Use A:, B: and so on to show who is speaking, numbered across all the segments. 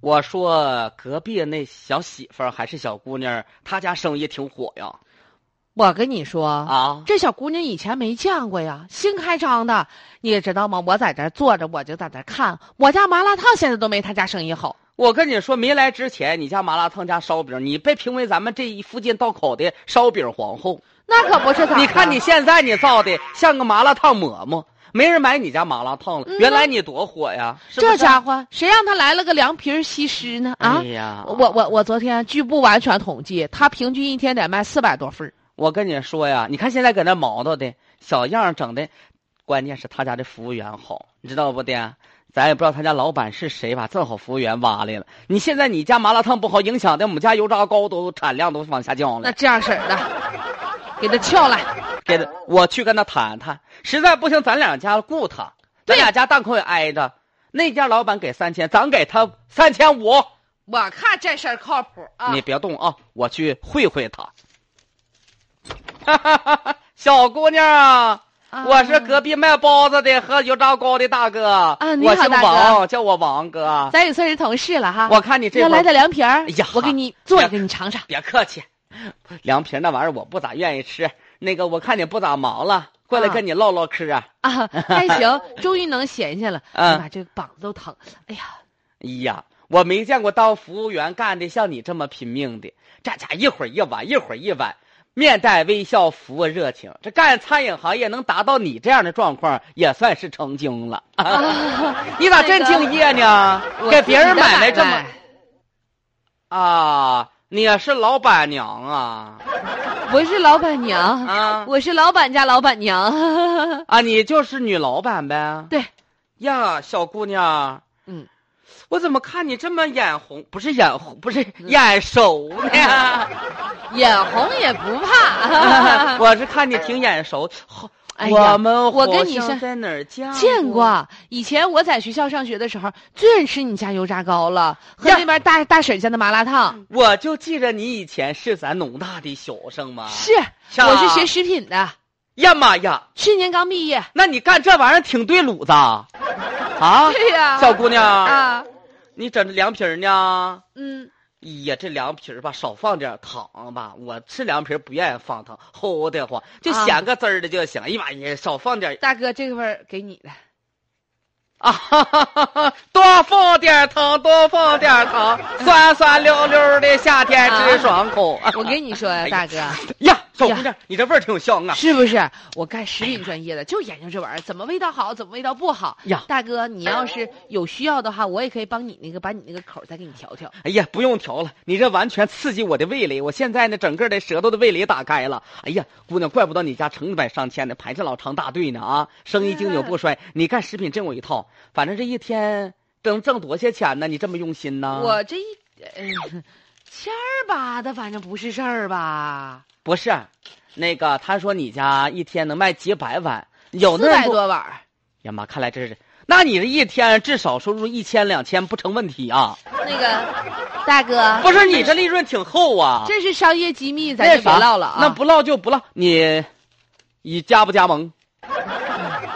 A: 我说隔壁那小媳妇儿还是小姑娘，她家生意挺火呀。
B: 我跟你说
A: 啊，
B: 这小姑娘以前没见过呀，新开张的，你知道吗？我在这儿坐着，我就在这儿看，我家麻辣烫现在都没他家生意好。
A: 我跟你说，没来之前，你家麻辣烫加烧饼，你被评为咱们这一附近道口的烧饼皇后。
B: 那可不是咋的？
A: 你看你现在你造的像个麻辣烫馍馍，没人买你家麻辣烫了。
B: 嗯呐
A: 原来你多火呀！是不
B: 这
A: 是
B: 家伙，谁让他来了个凉皮儿西施呢？啊！
A: 哎呀，
B: 我我我昨天据不完全统计，他平均一天得卖四百多份儿
A: 我跟你说呀，你看现在搁那毛叨的小样儿整的，关键是他家的服务员好，你知道不的？咱也不知道他家老板是谁，把正好服务员挖来了。你现在你家麻辣烫不好，影响的我们家油炸糕都产量都往下降
B: 那
A: 了。
B: 这样式儿的，给他撬来。
A: 给他，我去跟他谈谈，实在不行咱两家雇他，咱
B: 对
A: 俩家档口也挨着。那家老板给三千，咱给他三千五。
B: 我看这事儿靠谱啊！
A: 你别动啊，我去会会他。 哈哈哈哈，小姑娘啊。
B: 啊
A: 我是隔壁卖包子的和油炸糕的大哥啊
B: 你
A: 我
B: 好
A: 姓
B: 大哥
A: 王，叫我王哥。
B: 咱也算是同事了哈。
A: 我看你这
B: 要
A: 会
B: 来
A: 儿
B: 点凉皮儿，
A: 哎呀
B: 我给你做一个，你尝尝。
A: 别客气，凉皮儿那玩意儿我不咋愿意吃。那个我看你不咋忙了，过来
B: 啊
A: 跟你唠唠嗑啊。
B: 啊，还行，终于能闲下了。
A: 嗯
B: 哎妈，这个膀子都疼。哎呀，
A: 哎呀，我没见过当服务员干的像你这么拼命的，这家一会儿一碗，一会儿一碗，面带微笑，服务热情。这干餐饮行业能达到你这样的状况，也算是成精了。 你咋真敬业呢？
B: 啊我
A: 给
B: 自
A: 别
B: 己
A: 人
B: 的
A: 买卖这么
B: 卖。
A: 啊，你也是老板娘啊？
B: 我是老板娘，
A: 啊
B: 我是嗯老板家老板娘。
A: 啊，你就是女老板呗？
B: 对，
A: 呀，小姑娘，
B: 嗯，
A: 我怎么看你这么眼红？不是眼红，不是
B: 嗯
A: 眼熟呢？
B: 眼红也不怕。
A: 我是看你挺眼熟，好，
B: 哎呀
A: 我们
B: 我跟你
A: 好像
B: 是
A: 在哪儿见
B: 见过，以前我在学校上学的时候，最爱吃你家油炸糕了，和
A: 呀嗯
B: 那边大大婶家的麻辣烫。
A: 我就记着你以前是咱农大的学生嘛。
B: 是，
A: 啊
B: 我是学食品的，
A: 呀妈呀，
B: 去年刚毕业。
A: 那你干这玩意儿挺对路子啊！ 啊，
B: 对哎呀，
A: 小姑娘，
B: 啊，
A: 你整这凉皮儿呢？
B: 嗯，
A: 哎呀，这凉皮儿吧，少放点糖吧。我吃凉皮儿不愿意放糖，齁得慌，就
B: 啊
A: 咸个滋儿的就行。哎呀妈呀，少放点
B: 大哥，这个份儿给你的。
A: 啊，哈哈哈哈多放点糖，多放点糖，酸酸溜溜的，夏天直爽口。 哎
B: 我跟你说呀，大哥。
A: 呀，小姑娘，你这味儿挺有香 啊！
B: 是不是？我干食品专业的，就研究这玩意儿，怎么味道好，怎么味道不好。
A: 呀
B: 大哥，你要是有需要的话，我也可以帮你那个把你那个口儿再给你调调。
A: 哎呀，不用调了，你这完全刺激我的味蕾。我现在呢，整个的舌头的味蕾打开了。哎呀，姑娘，怪不得你家成百上千的排着老长大队呢啊，生意经久不
B: 嗯
A: 衰。你干食品真有一套，反正这一天能挣多些钱呢？你这么用心呢？
B: 我这一，呃千儿吧的，反正不是事儿吧？
A: 不是，那个他说你家一天能卖几百碗，有
B: 四
A: 那
B: 百
A: 么
B: 多碗儿，
A: 哎呀妈，看来这是，那你这一天至少收入一千两千不成问题啊？
B: 那个大哥，
A: 不是，你这利润挺厚啊。
B: 这是商业机密，咱
A: 那
B: 就别
A: 啥
B: 唠了啊。
A: 那不唠就不唠，你，你加不加 盟？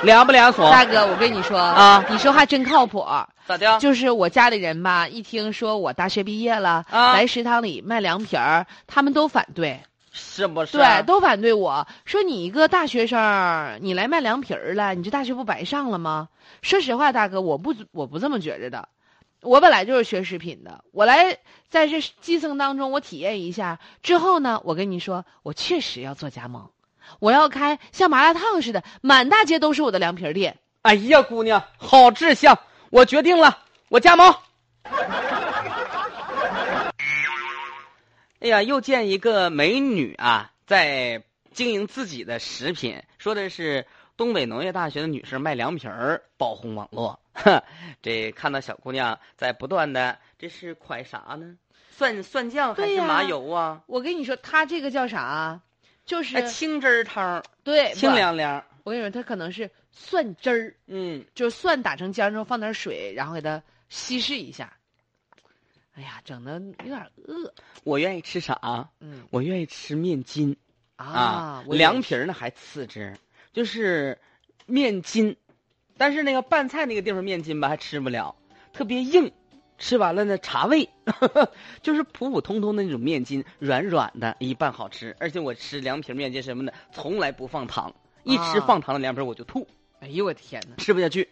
A: 连不连锁？
B: 大哥，我跟你说
A: 啊
B: 你说话真靠谱儿。
A: 咋的？
B: 就是我家里人吧，一听说我大学毕业了，
A: 啊
B: 来食堂里卖凉皮儿，他们都反对。
A: 是不是？啊
B: 对，都反对我说你一个大学生儿，你来卖凉皮儿了，你这大学不白上了吗？说实话，大哥，我不我不这么觉着的。我本来就是学食品的，我来在这基层当中，我体验一下之后呢，我跟你说，我确实要做加盟，我要开像麻辣烫似的，满大街都是我的凉皮儿店。
A: 哎呀，姑娘，好志向，我决定了，我加盟。 哎呀，又见一个美女啊，在经营自己的食品，说的是东北农业大学的女生卖凉皮儿，爆红网络。 哼，这看到小姑娘在不断的，这是款啥呢？蒜蒜酱还
B: 对
A: 是
B: 呀
A: 麻油啊？
B: 我跟你说，他这个叫啥啊？就是、
A: 哎，清汁儿哎汤，
B: 对
A: 清
B: 不
A: 凉凉。
B: 我跟你说，他可能是蒜汁儿。
A: 嗯，
B: 就是蒜打成浆之后放点水，然后给它稀释一下。哎呀，整的有点饿。
A: 我愿意吃啥？
B: 嗯
A: 我愿意吃面筋。啊，
B: 我也
A: 凉皮儿呢还次之，就是面筋，但是那个拌菜那个地方面筋吧还吃不了，特别硬，吃完了呢茶味， 就是普普通通的那种面筋，软软的，一半好吃。而且我吃凉皮、面筋什么的，从来不放糖，一吃
B: 啊
A: 放糖的凉皮我就吐，
B: 哎呦我天哪！
A: 吃不下去。